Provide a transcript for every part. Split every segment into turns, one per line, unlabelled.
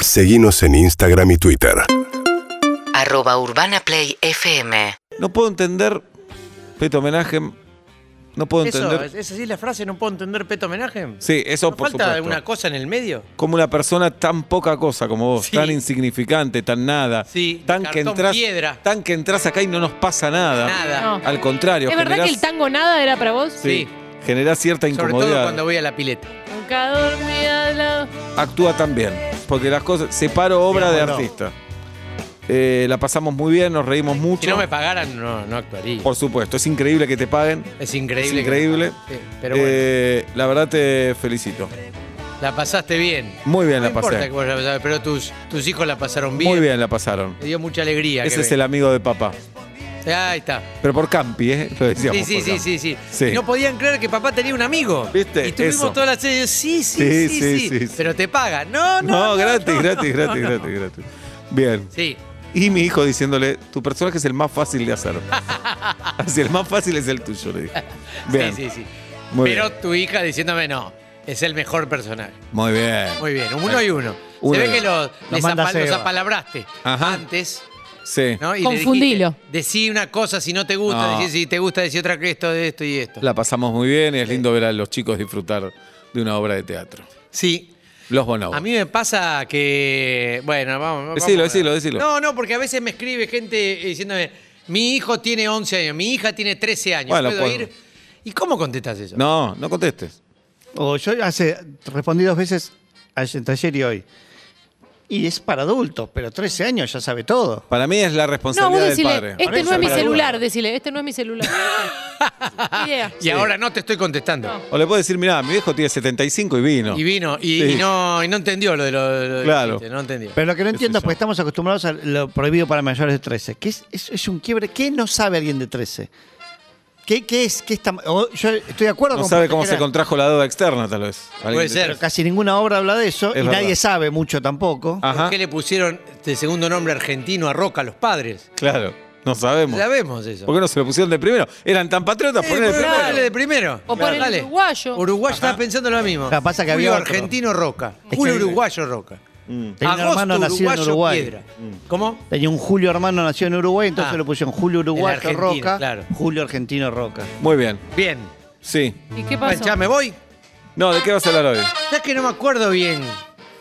Seguimos en Instagram y Twitter.
Arroba Urbana Play FM.
No puedo entender. Peto homenaje. No puedo
Eso,
entender.
¿es- ¿Esa sí es la frase? ¿No puedo entender peto homenaje?
Sí, eso
¿No
por
falta
supuesto.
alguna cosa en el medio?
Como una persona tan poca cosa como vos,
Sí.
tan insignificante, tan nada.
Sí,
tan
de
que
cartón
entras,
piedra.
tan que entras acá y no nos pasa nada.
Nada.
No.
Al contrario,
¿Es verdad que el tango nada era para vos?
Ah, sí,
Sí.
generás cierta
Sobre
incomodidad.
todo cuando voy a la pileta.
Nunca dormí al lado.
actúa también. Porque las cosas. Separo obra de
Digamos, no.
artista. Eh, la pasamos muy bien, nos reímos mucho.
Si no me pagaran, no, no actuaría.
Por supuesto, es increíble que te paguen.
Es increíble.
es increíble.
que- Sí, pero bueno,
Eh, la verdad te felicito.
la pasaste bien.
Muy bien
no
la
importa
pasé.
que vos la pasabas, pero tus, tus hijos la pasaron bien.
Muy bien la pasaron.
Me dio mucha alegría.
Ese es el amigo de papá.
el... Ahí está.
Pero por Campi, ¿eh? Lo decíamos.
Sí, sí,
por
sí,
Campi.
sí, sí,
Sí.
No podían creer que papá tenía un amigo.
¿Viste?
Y tuvimos
Eso.
toda la serie. Sí sí
Sí,
sí,
sí,
sí,
sí, sí.
Pero te paga. No, no.
No,
no,
gratis,
no,
gratis,
no,
gratis,
no.
gratis, gratis. Bien.
Sí.
Y mi hijo diciéndole, tu personaje es el más fácil de hacer. Así, el más fácil es el tuyo, le dije. Bien.
Sí, sí, sí.
Muy
Pero
bien.
tu hija diciéndome no. Es el mejor personaje.
Muy bien.
Muy bien, uno y uno.
Uno
Se
y
ve que
uno.
lo, les
manda
apa- los
Seba.
apalabraste
Ajá.
antes.
Sí.
¿no? Y le
Confundilo.
dijiste, Decí una cosa si no te gusta,
No.
decí si te gusta, decí otra que esto, de esto y esto.
La pasamos muy bien y es lindo ver a los chicos disfrutar de una obra de teatro.
Sí.
Los bonobos.
A mí me pasa que. Bueno, vamos.
Decilo,
vamos.
decilo, decilo.
No, no, porque a veces me escribe gente diciéndome: Mi hijo tiene 11 años, mi hija tiene 13 años.
Bueno,
¿Puedo
pues-
ir? ¿Y cómo contestas eso?
No, no contestes.
O yo hace, respondí dos veces ayer, entre ayer y hoy. Y es para adultos, pero 13 años ya sabe todo.
Para mí es la
No, vos
responsabilidad del
decile,
padre.
este no
Parece
es mi
que-
celular, decile, este no es mi celular. Ni idea.
Y ahora no te estoy contestando.
No.
O le puedo decir, mirá, mi viejo tiene 75 y vino.
Y vino, y,
Sí.
y no, y no entendió lo de lo. de lo que
Claro.
dijiste, no entendió.
Pero lo que no
Qué sé
entiendo es
yo.
porque estamos acostumbrados a lo prohibido para mayores de 13. ¿Qué es, es, es un quiebre? ¿Qué no sabe alguien de 13? ¿Qué, qué es? ¿Qué está, o- yo estoy de acuerdo
No
con
sabe
Porteñera,
cómo se contrajo la deuda externa, tal vez. Alguien
Puede
te-
ser.
pero Casi ninguna obra habla de eso
Es
y
verdad. Ah.
nadie sabe mucho tampoco.
¿Por
Ajá.
qué le pusieron de segundo nombre argentino a Roca a los padres?
Claro, no sabemos.
Sabemos eso.
¿Por qué no se lo pusieron de primero? Eran tan patriotas,
Eh,
poner de
bueno,
primero.
dale de primero.
O ponen
Dale.
uruguayo.
Uruguayo estaba pensando lo mismo.
Lo que pasa es que
Julio
había otro.
argentino Roca.
que-
Julio uruguayo Roca.
Tenía un hermano nacido en Uruguay. Mm.
Piedra. ¿Cómo?
Tenía un Julio hermano nacido en Uruguay, entonces
Ah.
lo pusieron Julio Uruguayo
argentino,
Roca,
claro.
Julio Argentino Roca.
Muy bien,
Bien.
sí.
¿Y qué
Bueno, ya
pasó?
me voy.
No, ¿de qué vas a hablar hoy?
Ya que no me acuerdo bien.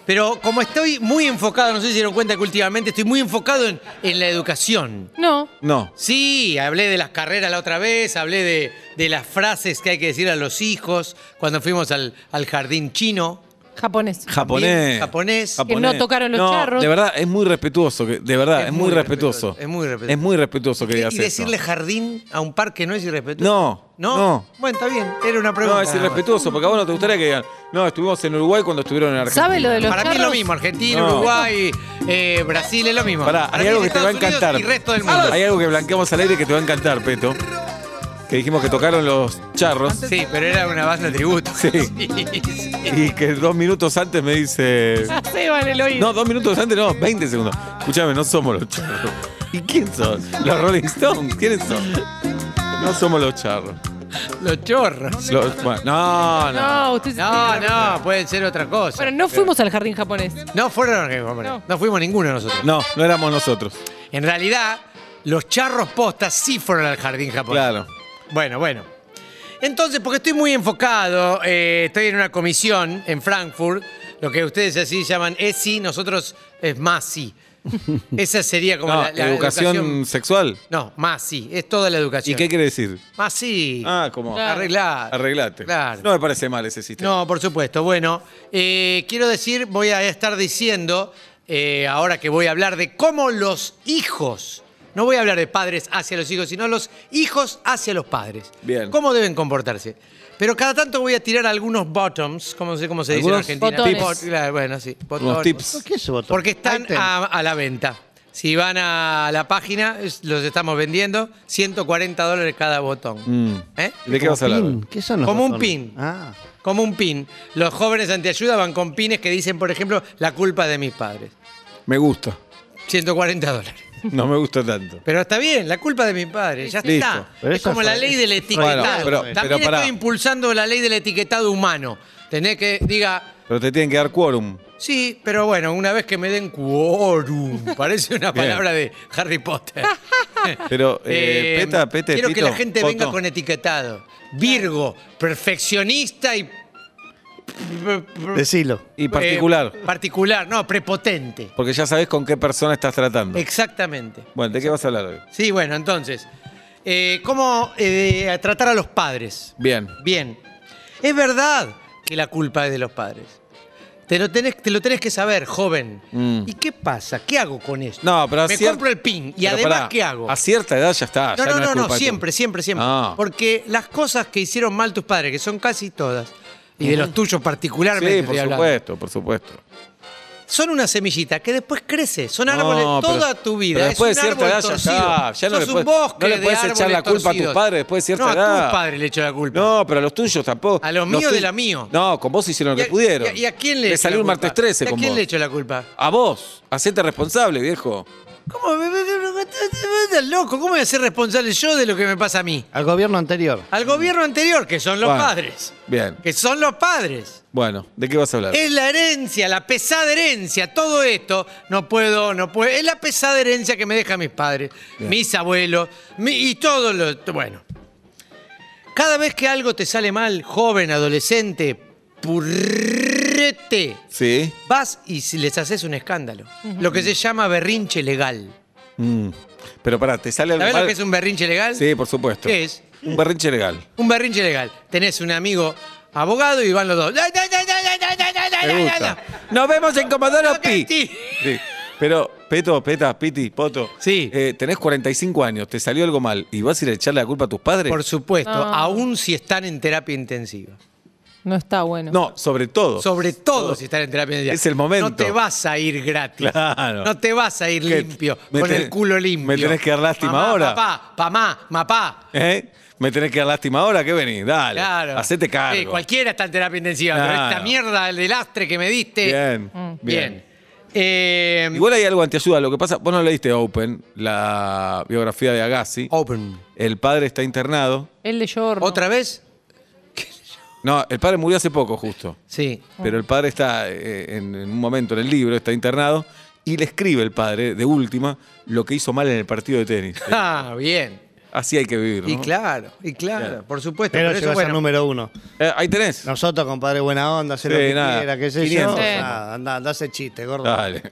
Pero como estoy muy enfocado, no sé si se dieron cuenta que últimamente estoy muy enfocado en, en la educación.
No.
No.
Sí, hablé de las carreras la otra vez, hablé de, de las frases que hay que decir a los hijos cuando fuimos al, al jardín chino.
Japonés.
Japonés.
Bien, japonés. Que
no tocaron los charros.
De verdad, es muy respetuoso. que- De verdad, es,
Es
muy,
muy
respetuoso.
respetuoso, es muy respetuoso.
Es muy respetuoso que
Y
digas eso.
decirle jardín a un parque no es irrespetuoso.
No,
¿No?
no.
Bueno, está bien. Era una pregunta.
No, es
nada más.
irrespetuoso, porque a vos no te gustaría que digan, no, estuvimos en Uruguay cuando estuvieron en Argentina.
¿Sabe lo de los
Para mí es lo
charros?
mismo. Argentina,
No.
Uruguay, eh, Brasil es lo mismo.
Pará, hay
Brasil,
algo que te va a
Estados Unidos
encantar.
Y resto del mundo.
Hay algo que blanqueamos al aire que te va a encantar, Peto. Que dijimos que tocaron los charros.
Sí, pero era una banda de tributo.
Sí.
sí.
Y que dos minutos antes me dice.
Ah, Seba en el oído.
No, dos minutos antes, no, 20 segundos. Escúchame, no somos los charros. ¿Y quién son? Los Rolling Stones, ¿quiénes son? No somos los charros.
Los chorros.
Los- bueno, no, no.
No, usted
No, no, pueden ser otra cosa.
Bueno, no fuimos al jardín japonés.
no fueron no. no fuimos ninguno nosotros.
No, no éramos nosotros.
En realidad, los charros postas sí fueron al jardín japonés.
Claro.
Bueno, bueno. Entonces, porque estoy muy enfocado, eh, estoy en una comisión en Frankfurt, lo que ustedes así llaman ESI, nosotros es MASI. Esa sería como
No,
la, la
educación, sexual.
No, MASI, es toda la
¿Y
educación.
qué quiere decir?
MASI.
Ah, como.
Claro.
Arreglar.
Arreglate.
Claro.
No me parece mal ese sistema.
No, por supuesto. Bueno, eh, quiero decir, voy a estar diciendo, eh, ahora que voy a hablar de cómo los hijos, no voy a hablar de padres hacia los hijos, sino los hijos hacia los padres.
Bien.
¿Cómo deben comportarse? Pero cada tanto voy a tirar algunos bottoms, como sé cómo se dice en
Algunos
Argentina.
botones.
Bot- claro, bueno, sí.
Unos
botones.
tips.
¿Qué es eso, Botón?
Porque están
Item.
a, a la venta. Si van a la página, es- los estamos vendiendo, 140 dólares cada botón.
Mm.
¿Eh?
¿De qué vas a hablar?
¿Pin? ¿Qué son los
Como un
botones?
pin.
Ah.
Como un pin. Los jóvenes antiayuda van con pines que dicen, por ejemplo, la culpa de mis padres.
Me gusta.
140 dólares.
No me gusta tanto.
Pero está bien, la culpa de mis padres, ya
sí. Listo.
está.
Pero
es
eso
como
es-
la ley del
es
etiquetado.
Bueno, pero-
También
pero pará.
estoy impulsando la ley del etiquetado humano. Tenés que, diga,
Pero te tienen que dar quórum.
sí, pero bueno, una vez que me den quórum, parece una
Bien.
palabra de Harry Potter.
Pero, eh,
Eh,
Peta, Pete,
Quiero que
Pito,
la gente
Poto.
venga con etiquetado. Virgo, perfeccionista y... eh,
Decilo.
Y particular.
Eh, particular, no, prepotente.
Porque ya sabes con qué persona estás tratando.
Exactamente.
Bueno, ¿de qué vas a hablar hoy?
Sí, bueno, entonces, eh, ¿cómo eh, tratar a los padres?
Bien.
Bien, es verdad que la culpa es de los padres. Te lo tenés, te lo tenés que saber, joven.
Mm.
¿Y qué pasa? ¿Qué hago con esto?
No, pero a
Me
cier-
compro el pin y
Pero
además,
pará,
¿qué hago?
A cierta edad ya está. ya
No, no,
es
no, no,
culpa tuya.
siempre, siempre, siempre.
Ah.
Porque las cosas que hicieron mal tus padres, que son casi todas, y de los tuyos particularmente,
Sí,
estoy
por
hablando,
supuesto, por supuesto.
son una semillita que después crece, son árboles
No, pero-
toda tu vida.
pero después
es
de
un
cierta
árbol
edad ya
torcido.
está, ya no le
Sos un
puedes-
bosque
no le
de
puedes echar
árboles
la culpa a tus
torcidos.
padres después de cierta
no, a
edad.
tus padres le echo la culpa.
No, pero a los tuyos tampoco.
A los míos
tuyos-
de la mío.
No, con vos hicieron
¿Y
lo
a-
que pudieron.
¿Y a, y a quién le
Te
echo
salió
la
un
culpa?
martes 13
¿Y ¿A
con
quién
vos.
le echo la culpa?
A vos. Hacete responsable, viejo.
¿Cómo me- me- me- me- me- me- loco? ¿Cómo voy a ser responsable yo de lo que me pasa a mí?
Al gobierno anterior.
Al gobierno anterior, que son los
Bueno,
padres.
bien.
Que son los padres.
Bueno, ¿de qué vas a hablar?
Es la herencia, la pesada herencia, todo esto. No puedo, no puedo. Es la pesada herencia que me dejan mis padres, mis abuelos mi- y todo lo. Bueno. Cada vez que algo te sale mal, joven, adolescente, purrete,
Sí.
vas y si les haces un escándalo. Lo que se llama berrinche legal.
Mm. Pero pará, te sale algo
¿Sabés lo
mal?
que es un berrinche legal?
Sí, por supuesto.
¿Qué es?
Un berrinche legal.
Un berrinche legal. Tenés un amigo abogado y van los dos.
Me gusta. Nos vemos en Comodoro
No,
Pi.
Cati.
Sí. Pero, Peto, Peta, Piti, Poto.
Sí.
eh, tenés 45 años, te salió algo mal y vas a ir a echarle la culpa a tus padres.
Por supuesto,
No.
aún si están en terapia intensiva.
No está bueno.
no, sobre todo.
Sobre todo si están en terapia intensiva.
Es el momento.
No te vas a ir gratis.
Claro.
No te vas a ir
¿Qué?
limpio,
Me
con
tenés-
el culo limpio.
me tenés que dar lástima
Mamá,
ahora.
Papá, mamá, papá.
¿Eh? ¿Me tenés que dar lástima ahora? ¿Qué venís? Dale.
Claro.
Hacete cargo.
Sí, cualquiera está en terapia intensiva, pero
Claro.
esta mierda de lastre que me diste.
Bien, bien.
Mm, Bien. Eh,
Igual hay algo antiayuda. Lo que pasa, vos no leíste Open, la biografía de Agassi.
Open.
El padre está internado.
El de Yorno.
¿Otra vez?
No, el padre murió hace poco, justo.
Sí.
Pero el padre está eh, en, en un momento en el libro, está internado, y le escribe el padre, de última, lo que hizo mal en el partido de tenis.
Ah, bien.
Así hay que vivir, ¿no?
Y claro, y claro,
Claro.
por supuesto.
Pero
por eso,
llegó a ser
bueno,
número uno.
Eh, ahí tenés.
Nosotros, compadre, buena onda, hacer
Sí,
lo que
nada.
quiera, qué sé
500.
yo. Ah,
Sí.
Nada, anda, anda, hace chiste, gordo.
Dale.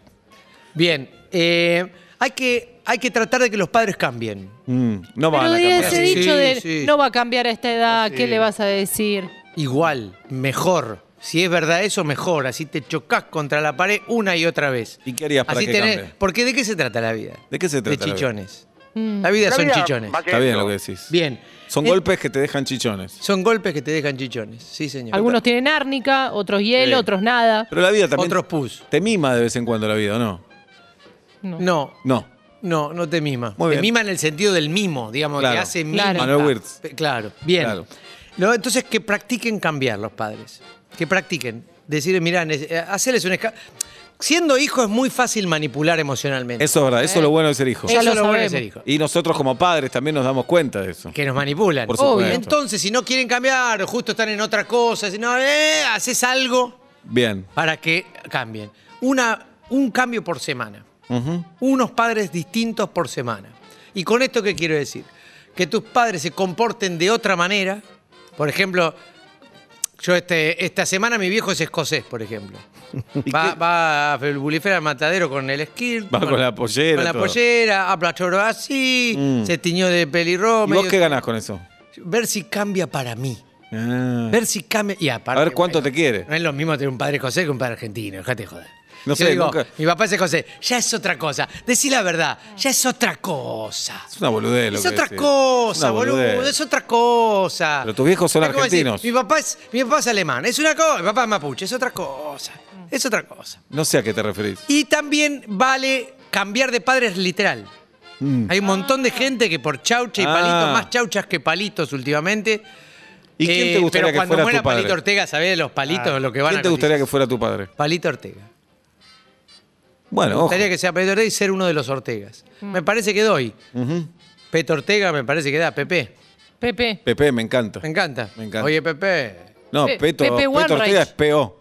Bien, eh, hay, que, hay que tratar de que los padres cambien.
Mm, no van
Pero
a
diría
cambiar.
ese
Sí,
dicho de
sí.
no va a cambiar a esta edad, ¿qué le vas a decir?
Igual, mejor. Si es verdad eso, mejor. Así te chocas contra la pared una y otra vez.
¿Y qué harías para
Así
que
tenés-
cambie?
Porque ¿de qué se trata la vida?
¿De qué se trata la
De
vida?
chichones. La vida son chichones.
Está bien lo que decís.
Bien.
Son
Eh,
golpes que te dejan chichones.
Son golpes que te dejan chichones. Sí, señor.
Algunos tienen árnica, otros hielo,
Sí.
otros nada.
Pero la vida también
Otros pus.
te mima de vez en cuando la vida, ¿o no?
No,
No.
no, no te mima.
Muy
te
bien.
mima en el sentido del mimo, digamos, que
Claro.
hace mimo. Ah,
Claro.
Manuel Wirtz.
Pe- Claro, bien.
Claro.
No, entonces, que practiquen cambiar los padres. Que practiquen. Decir, mirá, nece- eh, hacerles un esca- Siendo hijo es muy fácil manipular emocionalmente.
Eso es verdad, eso es lo bueno de ser hijo.
Ya
Eso
lo
es bueno de
sabemos.
ser hijo.
Y nosotros como padres también nos damos cuenta de eso.
Que nos manipulan.
Por supuesto. Obvio.
Entonces, si no quieren cambiar, o justo están en otra cosa, si no, eh, haces algo
Bien.
para que cambien. Una, un cambio por semana.
Ujú.
unos padres distintos por semana. ¿Y con esto qué quiero decir? Que tus padres se comporten de otra manera. Por ejemplo, yo este, esta semana mi viejo es escocés, por ejemplo. Va, va a Bulifera al matadero con el skill.
Va con la pollera,
Con la
todo.
pollera, habla choro así,
Mm.
se tiñó de pelirrojo.
¿Y vos
medio-
qué ganás con eso?
Ver si cambia para mí.
Ah.
Ver si cambia. Y aparte,
A ver cuánto te quiere.
No es lo mismo tener un padre José que un padre argentino, déjate joder.
No
Yo
sé,
digo,
nunca-
mi papá es José, ya es otra cosa. Decí la verdad, ya es otra cosa.
Es una boludez lo
Es
que
otra
decís.
cosa,
Una boludez.
boludo, es otra cosa.
Pero tus viejos son
Es como decir,
argentinos.
mi, papá es, mi papá es alemán, es una cosa. Mi papá es mapuche, es otra cosa. Es otra cosa.
No sé a qué te referís.
Y también vale cambiar de padres literal. Hay un montón de gente que por chaucha y
Mm. Ah.
palitos, más chauchas que palitos últimamente.
¿Y quién
Eh,
te gustaría
pero
que
cuando
fuera
muera
tu padre? Ah.
Palito Ortega, ¿sabés los palitos lo que van
¿Quién
a
te gustaría
cotizar?
que fuera tu padre?
Palito Ortega.
Bueno,
Me
ojo.
gustaría que sea Palito Ortega y ser uno de los Ortegas. Me parece que doy.
Ujú.
Peto Ortega me parece que da. Pepe.
Pepe.
Pepe, me encanta.
Me encanta.
Me encanta.
Oye, Pepe.
No,
Pe-
Peto,
Pepe
Peto
Walreich.
Ortega es PO.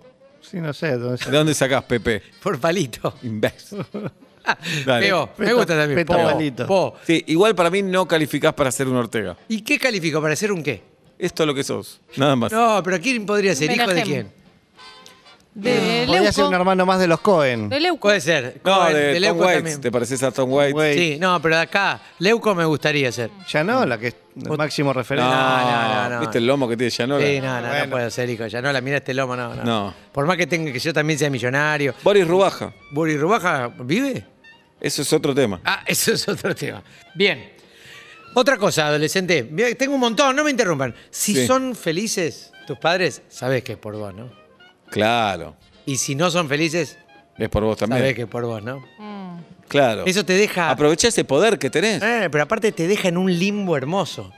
Sí, no sé. dónde se-
¿De dónde sacás Pepe?
Por palito.
Imbécil. Dale.
Peo, me
Peto-
gusta también.
Peto
Po,
palito.
po.
Sí, igual para mí no calificás para ser un Ortega.
¿Y qué califico? ¿Para ser un qué?
Esto es lo que sos. Nada más.
No, pero ¿quién podría ser? ¿Hijo de
Menahem.
quién?
De
Podría ser un
Eh, Leuco.
hermano más de los Cohen.
De Leuco.
Puede ser.
No,
Cohen,
de, Tom
Leuco
Waits.
también.
¿Te pareces a Tom Waits?
Waits.
Sí, no, pero de acá, Leuco me gustaría ser.
Yanola, que es el máximo
No,
referente.
no, no, no.
¿Viste el lomo que tiene Yanola?
Sí, no, no,
Bueno.
no puedo ser hijo de Yanola. Mira este lomo, no, no.
No.
Por más que tenga que yo también sea millonario.
Boris Rubaja.
¿Buri Rubaja vive?
Eso es otro tema.
Ah, eso es otro tema. Bien. Otra cosa, adolescente. Mirá, Tengo un montón, no me interrumpan. Si
Sí.
son felices tus padres, sabes que es por vos, ¿no?
Claro.
Y si no son felices,
Es por vos también.
sabes que es por vos, ¿no?
Claro.
Eso te deja.
Aprovecha ese poder que tenés.
Eh, pero aparte te deja en un limbo hermoso.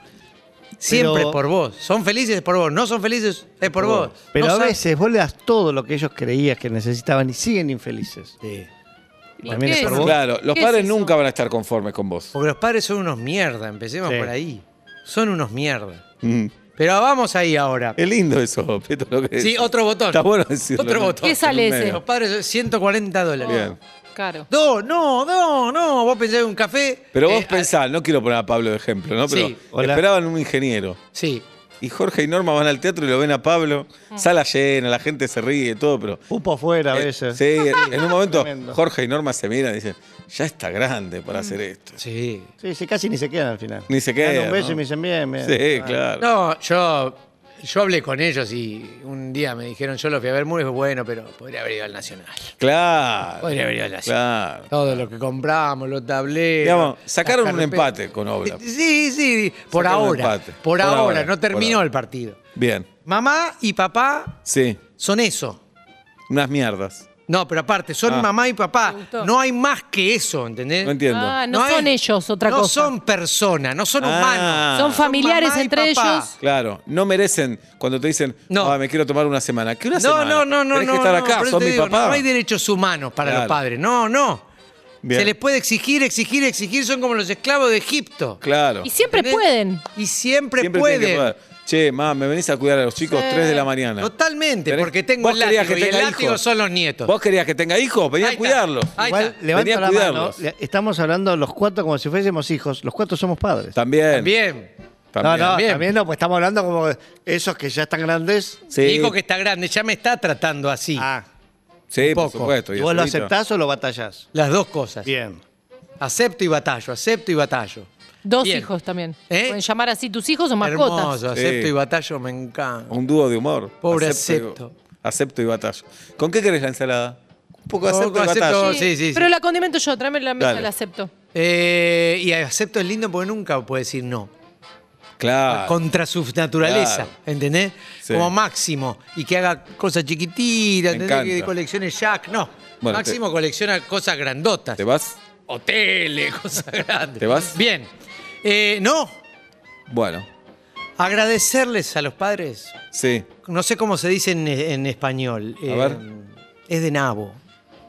Siempre
Pero-
por vos. Son felices es por vos. No son felices es por vos.
Pero
No
a
sab-
veces vos le das todo lo que ellos creías que necesitaban y siguen infelices.
Sí.
¿Y
También
qué
es por
eso?
vos.
Claro. Los
¿Qué
padres
es eso?
nunca van a estar conformes con vos.
Porque los padres son unos mierda, empecemos
Sí.
por ahí. Son unos mierda.
Mm.
Pero vamos ahí ahora.
Es lindo eso, Peto. Lo que
Sí,
es.
otro botón.
Está bueno decirlo.
Otro
¿no?
botón.
¿Qué
En
sale
el
ese?
medio.
Los padres son 140 dólares.
Bien.
Claro.
No, no, no, no. Vos pensás en un café.
Pero
eh,
vos
a-
pensás, no quiero poner a Pablo de ejemplo, ¿no? Pero
Sí.
Hola.
esperaban un ingeniero.
ah, Sí.
Y Jorge y Norma van al teatro y lo ven a Pablo.
Ah.
Sala llena, la gente se ríe y todo, pero.
Pupo afuera a
Eh,
veces.
Sí, en un momento
Tremendo.
Jorge y Norma se miran y dicen, ya está grande
Mm.
para hacer esto.
Sí.
Sí, sí, casi ni se quedan al final.
Ni se
Me dan
quedan,
un beso
¿no?
y me dicen bien, bien.
Sí,
Ah.
claro.
No, yo, yo hablé con ellos y un día me dijeron, yo lo fui a ver muy bueno, pero podría haber ido al Nacional.
Claro.
Podría haber ido al Nacional.
Claro.
Todo lo que compramos, los tableros.
Digamos, sacaron
las
un
carpetas.
empate con Obla.
Sí, sí, por
Sacaron un
ahora.
empate.
Por,
Por
ahora,
ahora,
no terminó
por ahora.
el partido.
Bien.
Mamá y papá
Sí.
son eso.
Unas mierdas.
No, pero aparte, son
Ah.
mamá y papá.
Me gustó.
No hay más que eso, ¿entendés?
No entiendo.
Ah, no, son
hay-
ellos otra
no
cosa.
son personas, no son
Ah.
humanos.
Son familiares
mamá y
entre
papá.
ellos.
Claro, no merecen cuando te dicen,
No.
no. me quiero tomar una semana. ¿Qué una
No,
semana?
no, no, no.
Tenés
no,
que estar
no,
acá,
por eso
sos
te
mi
digo,
papá.
No hay derechos humanos para los
Claro.
padres. No, no.
Bien.
Se les puede exigir, exigir, exigir. Son como los esclavos de Egipto.
Claro.
Y siempre
¿Entendés?
pueden.
Y
Siempre
siempre,
tienen que
pueden.
poder. Che, ma, me venís a cuidar a los chicos 3 de la mañana.
Totalmente,
Tenés-
porque tengo
¿Vos
el
querías
látigo
que
y el
tenga
látigo
hijos?
son los nietos.
¿Vos querías que tenga hijos? Venía
Ahí
a
está.
cuidarlos.
Ahí
Igual
está.
Venía
levanta
a
la mano.
cuidarlos.
le- Estamos hablando los cuatro como si fuésemos hijos. Los cuatro somos padres.
También.
Bien.
No,
También.
no,
También.
también no, pues estamos hablando como de esos que ya están grandes.
Sí,
Mi hijo que está grande ya me está tratando así.
Ah,
sí por
poco.
supuesto.
¿y vos lo
solito.
aceptás o lo batallás?
Las dos cosas.
Bien.
Acepto y batallo, acepto y batallo.
Dos
Bien.
hijos también.
¿Eh?
Pueden llamar así tus hijos o mascotas.
Hermoso,
Sí.
acepto y batallo, me encanta.
Un dúo de humor.
Pobre
y-
acepto.
acepto y batalla. ¿Con qué querés la ensalada? Un poco de
Poco
acepto y
acepto.
batalla.
Oh, sí, sí, sí.
Pero la condimento yo, tráeme la mesa,
Dale.
la acepto.
Eh, y acepto es lindo porque nunca puede decir no.
Claro.
Contra su naturaleza,
Claro.
¿entendés?
Sí.
Como máximo. Y que haga cosas chiquititas,
Me
¿entendés? Que
encanta.
coleccione Jack. No.
Bueno,
máximo colecciona cosas grandotas.
¿Te vas?
hoteles, cosas grandes.
¿Te vas?
Bien. Eh, no,
Bueno,
agradecerles a los padres.
sí.
No sé cómo se dice en, en español. eh,
A ver.
Es de nabo.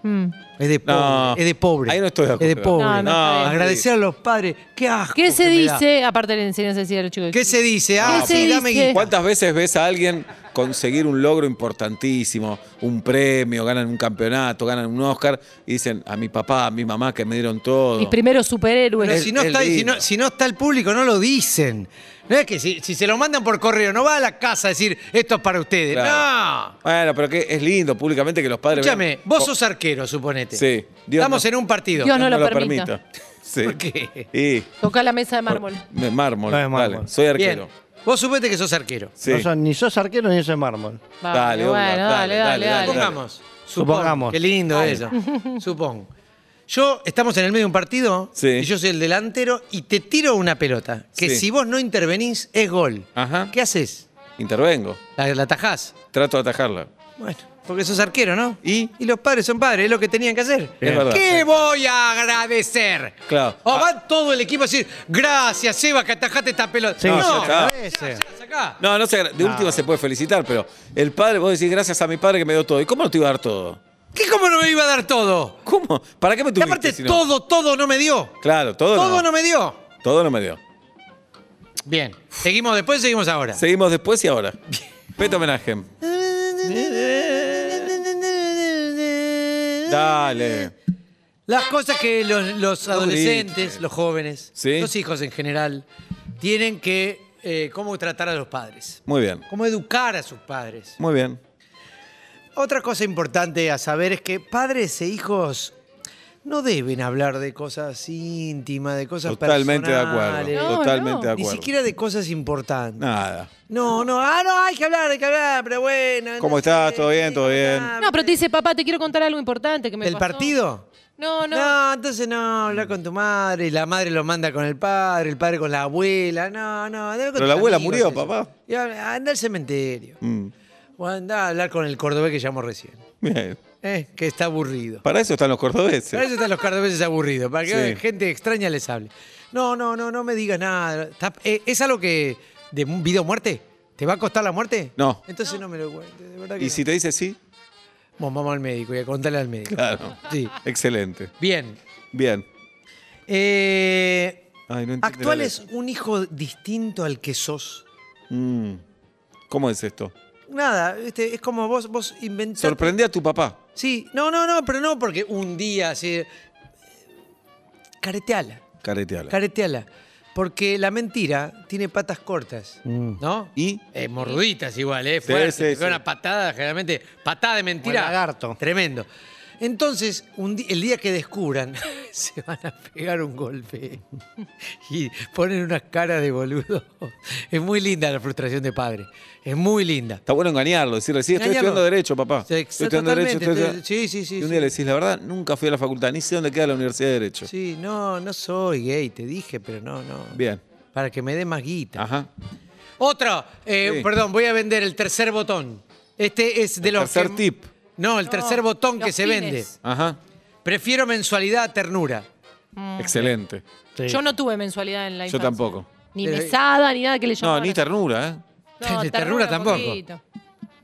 Mm.
Es de pobre.
No.
Es de pobre.
Ahí no estoy de acuerdo.
Es de pobre.
No, no, está bien.
Agradecer a los padres. Qué asco.
¿Qué se
que me da.
dice? Aparte de la enseñanza así a los chicos.
¿Qué se dice? Ah,
¿Qué
sí,
se
dame
dice?
guita.
¿Cuántas veces ves a alguien conseguir un logro importantísimo, un premio, ganan un campeonato, ganan un Oscar y dicen a mi papá, a mi mamá que me dieron todo?
Mis primeros superhéroes.
Pero
Es-
si, no
es
está, si,
lindo.
no, si no está el público, no lo dicen. No es que si, si se lo mandan por correo, no va a la casa a decir esto es para ustedes.
Claro.
No.
Bueno, pero que es lindo públicamente que los padres.
Escúchame,
vean-
vos sos arquero, suponete.
Sí. Dios
Estamos
no-
en un partido.
Dios no lo permita.
Sí.
¿Por qué?
Y,
Toca la mesa de mármol.
de mármol.
No es mármol.
Dale, soy
Bien.
arquero.
Vos supete que sos arquero.
Sí.
No son- ni sos arquero ni sos mármol.
Vale,
Dale,
bueno,
Ola, dale,
dale, dale,
dale,
dale.
dale.
Supongamos. Supongo.
Supongamos.
Qué lindo eso. Supongo. Yo, estamos en el medio de un partido
Sí.
y yo soy el delantero y te tiro una pelota que
Sí.
si vos no intervenís es gol.
Ajá.
¿Qué haces?
Intervengo.
¿La, la atajás?
Trato de atajarla.
Bueno, porque sos arquero, ¿no?
¿Y?
los padres son padres, es lo que tenían que hacer.
Es verdad.
¿Qué voy a agradecer?
Claro.
O
Ah.
va todo el equipo a decir, gracias, Seba, que atajaste esta pelota.
Sí,
No,
se
ya está.
agradece.
gracias, acá.
No, no sé,
Ah.
de última se puede felicitar, pero el padre, vos decís gracias a mi padre que me dio todo. ¿Y cómo no te iba a dar todo?
¿Qué cómo no me iba a dar todo?
¿Cómo? ¿Para qué me
Y
tuviste?
aparte,
si no?
todo, todo no me dio.
Claro, todo,
Todo no.
no.
me dio.
Todo no me dio.
Bien. Seguimos después, seguimos ahora.
Seguimos después y ahora. Peto homenaje. Dale.
Las cosas que los, los adolescentes,
grites.
los jóvenes,
Sí.
los hijos en general, tienen que eh, cómo tratar a los padres,
Muy bien.
cómo educar a sus padres.
Muy bien.
Otra cosa importante a saber es que padres e hijos no deben hablar de cosas íntimas, de cosas
Totalmente de
personales.
acuerdo.
No,
Totalmente
no.
de
Ni
acuerdo.
siquiera de cosas importantes.
Nada.
No, no, ah, no, hay que hablar, hay que hablar, pero bueno.
¿Cómo
no
estás?
sé,
¿Todo bien? ¿Todo bien?
ah,
No, pero te dice, papá, te quiero contar algo importante que me
¿Del
pasó".
partido?
No,
No.
no.
entonces no, hablar con tu madre, y la madre lo manda con el padre, el padre con la abuela, no, no. andá con
Pero
tus
la abuela
amigos,
murió,
eso.
papá.
Y habla- anda al cementerio,
Mm.
o anda a hablar con el cordobés que llamó recién,
Bien.
eh, que está aburrido.
Para eso están los
Para
cordobeses.
eso están los cordobeses aburridos, para que
Sí.
gente extraña les hable. No, no, no, no me digas nada. Está- eh, ¿Es algo que de un video muerte? ¿Te va a costar la muerte?
No.
Entonces no, me lo cuentes, de verdad que
Y si
no.
te dice sí,
Vos, vamos al médico y a contarle al médico.
claro.
Sí.
Excelente.
Bien.
Bien.
Eh,
Ay, no entiendo la
Actual es
letra.
un hijo distinto al que sos.
Mm. ¿Cómo es esto?
Nada, ¿viste? es como vos, vos inventaste.
Sorprendí a tu papá.
Sí, no, no, no, pero no porque un día así. eh, Careteala,
Careteala.
careteala. Porque la mentira tiene patas cortas, ¿no?
Mm. ¿Y?
Eh, morditas igual, ¿eh? Fuerte,
sí,
te pega
sí.
una patada, generalmente. Patada de mentira.
Como el lagarto.
Tremendo. Entonces, un di- el día que descubran, se van a pegar un golpe y ponen unas caras de boludo. Es muy linda la frustración de padre. Es muy linda.
Está bueno engañarlo, decirle, sí, estoy
Engañarlo.
estudiando Derecho, papá.
Sí,
Estoy estudiando Derecho.
totalmente,
estoy estudiando-
sí, sí, sí,
Y un
sí.
día le decís, la verdad, nunca fui a la facultad, ni sé dónde queda la Universidad de Derecho.
Sí, no, no soy gay, te dije, pero no, no.
Bien.
Para que me dé más guita.
Ajá.
Otra, eh,
Sí.
perdón, voy a vender el tercer botón. Este es de
El
los.
tercer
que- Mm.
tip.
No, el tercer
No,
botón que
los
se
pines.
vende.
Ajá.
Prefiero mensualidad a ternura.
Excelente.
eh.
Yo no tuve mensualidad en la
Yo
infancia.
tampoco.
Ni
Pero-
mesada, ni nada que le
No,
llamaran.
ni ternura, ¿eh?
No,
Ni ternura tampoco.
poquito.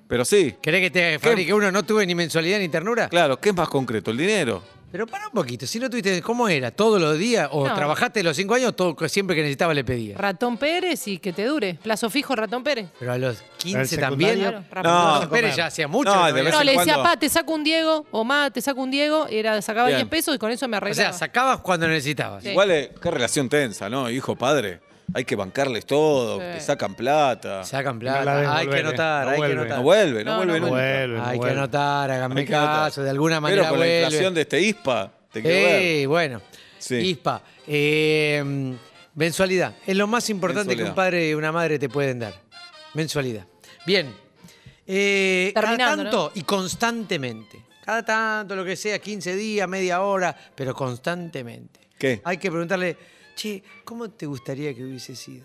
Pero sí.
¿Querés que te fabrique uno? No tuve ni mensualidad ni ternura.
Claro, ¿qué es más concreto? ¿El dinero?
Pero para un poquito, si no tuviste, ¿cómo era? ¿Todos los días? ¿O
No.
trabajaste los cinco años? Todo, siempre que necesitaba le pedía.
Ratón Pérez y que te dure. Plazo fijo, ratón Pérez.
Pero a los 15
¿El
también.
secundario? Claro,
No,
Ratón Pérez ya hacía mucho.
No,
que
de
había-
vez
No,
en
le decía,
cuando.
pa, te saco un Diego, o ma, te saco un Diego, y era, sacaba
Bien.
10 pesos y con eso me
o
arreglaba.
sea, sacabas cuando necesitabas.
Sí.
Igual, eh, qué relación tensa, ¿no? Hijo, padre. Hay que bancarles todo,
Sí.
te sacan plata.
Sacan
No la
plata. Hay que
devolvés,
anotar,
no
hay que
vuelve.
anotar.
No vuelve, no,
No,
vuelve
no
nunca.
Vuelve,
Hay que
vuelve.
anotar, háganme
Hay que anotar.
caso. De alguna
Pero
manera
con la inflación
vuelve.
de este ISPA, te quiero ver.
Sí, bueno.
Sí.
Ispa. eh, mensualidad. Es lo más importante que
Mensualidad.
un padre y una madre te pueden dar. Mensualidad. Bien. Eh, cada
Terminando,
tanto y constantemente. Cada tanto, lo que sea, 15 días, media hora, pero constantemente.
¿Qué?
Hay que preguntarle, che, ¿cómo te gustaría que hubiese sido?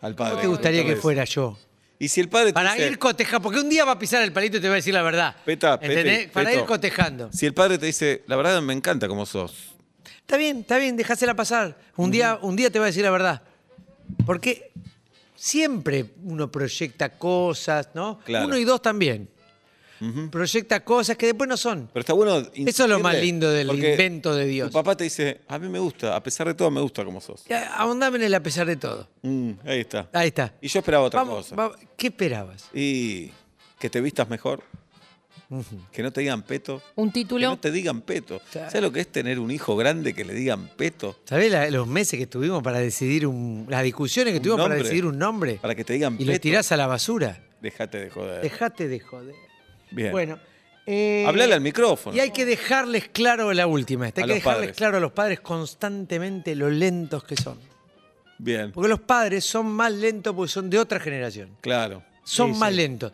Al padre.
¿Cómo te gustaría que
entonces.
fuera yo?
Y si el padre te
Para
dice,
ir cotejando, porque un día va a pisar el palito y te va a decir la verdad.
Peta, Peti,
¿Entendés? Para
Peto.
ir cotejando.
Si el padre te dice, la verdad me encanta como sos.
Está bien, está bien, dejásela pasar. Un, día, un día te va a decir la verdad. Porque siempre uno proyecta cosas, ¿no?
Claro.
Uno y dos también. Proyecta cosas que después no son.
Pero está bueno.
Eso es lo más
insistirle,
lindo del
porque
invento de Dios.
Tu papá te dice, a mí me gusta, a pesar de todo me gusta como sos.
Eh, Ahondame en el a pesar de todo.
Mm, ahí está.
Ahí está.
Y yo esperaba otra
Ah. Vamos,
cosa.
vamos, ¿Qué esperabas?
Y que te vistas mejor. Que no te digan peto.
Un
Que
título.
no te digan peto.
Claro.
¿Sabes lo que es tener un hijo grande que le digan peto?
¿Sabés la- los meses que tuvimos para decidir un. las discusiones que
Un
tuvimos para
nombre.
decidir un nombre?
Para que te digan
y
peto.
lo tirás a la basura.
Dejate de joder.
Dejate de joder.
Bien.
Bueno. eh,
Hablale al micrófono.
Y hay que dejarles claro la última. esta,
A
Hay que
los
dejarles
padres.
claro a los padres constantemente lo lentos que son.
Bien.
Porque los padres son más lentos porque son de otra generación.
Claro.
Son
Sí,
más
sí.
lentos.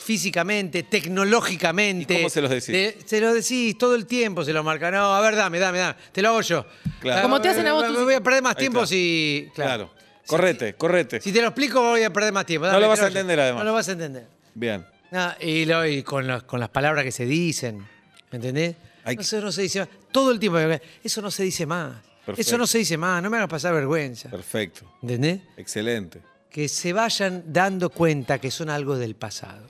Físicamente, tecnológicamente.
¿Y cómo se los decís?
De- se los decís todo el tiempo, se los marca. No, a ver, dame, dame, dame. Te lo hago yo.
Claro.
Como te hacen a vos
Me-
tus
me Voy a perder más
Ahí
tiempo
está.
si.
Claro.
Claro.
Correte, correte.
Si te lo explico, voy a perder más tiempo.
No
Dame,
lo vas
te
a
hago yo.
entender, además.
No lo vas a entender.
Bien.
No, y, lo- y con, los- con las palabras que se dicen, ¿entendés?
Hay
No,
que-
Eso no se dice más. Todo el tiempo, eso no se dice más.
Perfecto.
Eso no se dice más, no me hagas pasar vergüenza.
Perfecto.
¿Entendés?
Excelente.
Que se vayan dando cuenta que son algo del pasado.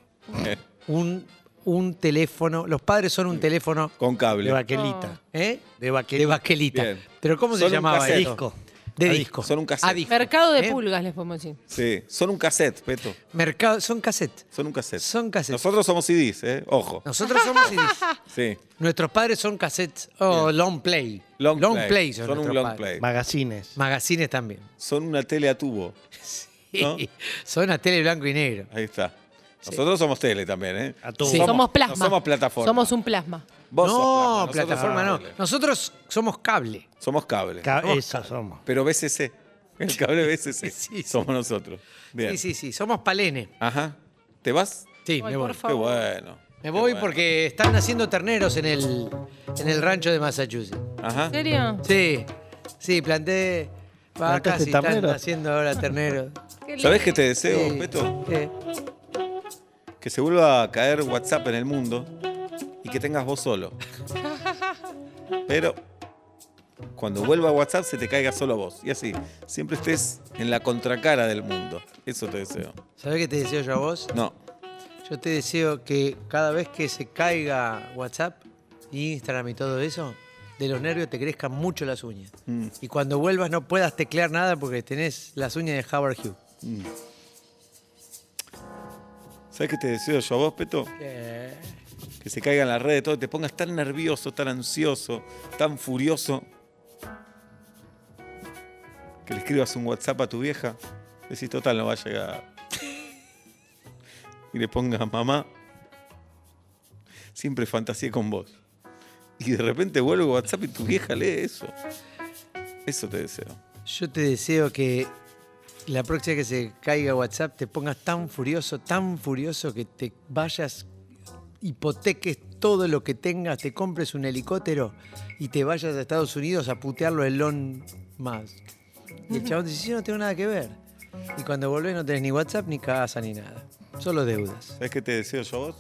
Un, un teléfono, los padres son un teléfono
Con cable.
De vaquelita.
¿eh?
De
de
baquelita.
baquelita.
Bien.
Pero ¿cómo
Son
se
un
llamaba
cassette.
esto? de
A
disco.
disco, son un cassette.
A disco.
Mercado de
¿Eh?
pulgas, les podemos decir.
Sí, son un cassette, Peto.
Mercado, son cassette.
Son un cassette.
Son cassette.
Nosotros somos CDs, ¿eh? Ojo.
Nosotros somos CDs.
Sí.
Nuestros padres son cassettes o long play.
Long, play.
son,
Son un
nuestros
long
padres.
play.
Magazines.
Magazines también.
Son una tele a tubo. ¿No?
Son a tele blanco y negro.
Ahí está. Nosotros somos tele también, ¿eh?
A tubo.
Sí.
Somos,
Somos-
plasma.
no somos plataforma.
Somos un plasma.
Vos sos
no,
nosotros
plataforma no.
somos tele.
Nosotros somos cable.
Somos cable.
Ca-
Somos
Eso somos.
Pero BCC. El cable BCC.
Sí.
Somos nosotros. Bien.
Sí, sí, sí. Somos palene.
Ajá. ¿Te vas?
Sí,
Ay,
me voy.
por
Qué
favor.
bueno.
Me
Qué
voy
bueno.
porque están haciendo terneros en el, en el rancho de Massachusetts.
Ajá.
¿En serio?
Sí, sí, planté vacas
¿Plantaste
y están
terneros?
haciendo ahora terneros.
Qué
¿Sabés
lindo.
qué te deseo,
Sí,
Peto?
sí.
Que se vuelva a caer WhatsApp en el mundo y que tengas vos solo. Pero cuando vuelva WhatsApp se te caiga solo vos. Y así, siempre estés en la contracara del mundo. Eso te deseo.
¿Sabés qué te deseo yo a vos?
No.
Yo te deseo que cada vez que se caiga WhatsApp, Instagram y todo eso, de los nervios te crezcan mucho las uñas. Y cuando vuelvas no puedas teclear nada porque tenés las uñas de Howard Hughes.
¿Sabes qué te deseo yo a vos, Peto? Que se caigan las redes, todo, te pongas tan nervioso, tan ansioso, tan furioso. Que le escribas un WhatsApp a tu vieja. Decís, total, no va a llegar. Y le pongas, mamá, siempre fantaseé con vos. Y de repente vuelve WhatsApp y tu vieja lee eso. Eso te deseo.
Yo te deseo que la próxima que se caiga WhatsApp te pongas tan furioso, tan furioso que te vayas, hipoteques todo lo que tengas, te compres un helicóptero y te vayas a Estados Unidos a putearlo el Elon más. Y el chabón dice, yo no tengo nada que ver. Y cuando volvés no tenés ni WhatsApp, ni casa, ni nada. Solo deudas.
¿Sabes qué te deseo yo a vos?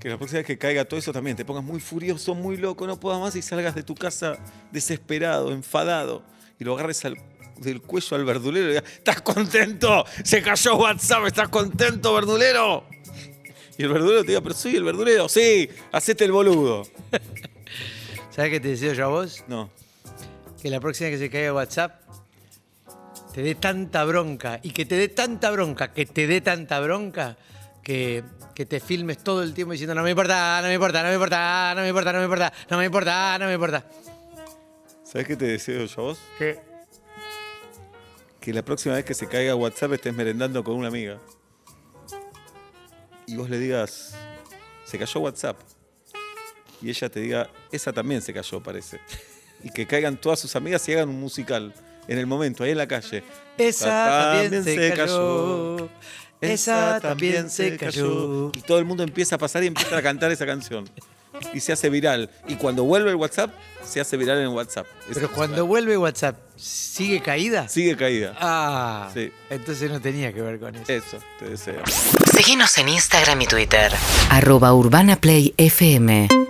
Que la próxima vez que caiga todo eso también te pongas muy furioso, muy loco, no puedas más y salgas de tu casa desesperado, enfadado y lo agarres al- del cuello al verdulero y le digas, ¿estás contento? Se cayó WhatsApp, ¿estás contento, verdulero? Y el verdulero te diga, pero soy el verdulero, sí, hacete el boludo.
¿Sabes qué te deseo yo a vos?
No,
Que la próxima que se caiga WhatsApp te dé tanta bronca y que te dé tanta bronca, que te dé tanta bronca que, que te filmes todo el tiempo diciendo no me importa, no me importa, no me importa, no me importa, no me importa, no me importa, no me importa.
¿sabes qué te deseo yo a vos? Que la próxima vez que se caiga WhatsApp estés merendando con una amiga. Y vos le digas, se cayó WhatsApp. Y ella te diga, esa también se cayó, parece. Y que caigan todas sus amigas y hagan un musical en el momento, ahí en la calle.
Esa también se cayó. Esa también se cayó.
Y todo el mundo empieza a pasar y empieza a cantar esa canción. Y se hace viral. Y cuando vuelve el WhatsApp, se hace viral en WhatsApp. Ese
Pero
musical.
cuando vuelve WhatsApp, ¿sigue caída?
Sigue caída.
Ah,
Sí.
entonces no tenía que ver con eso.
Eso, te deseo.
Síguenos en Instagram y Twitter. Arroba Urbana Play FM.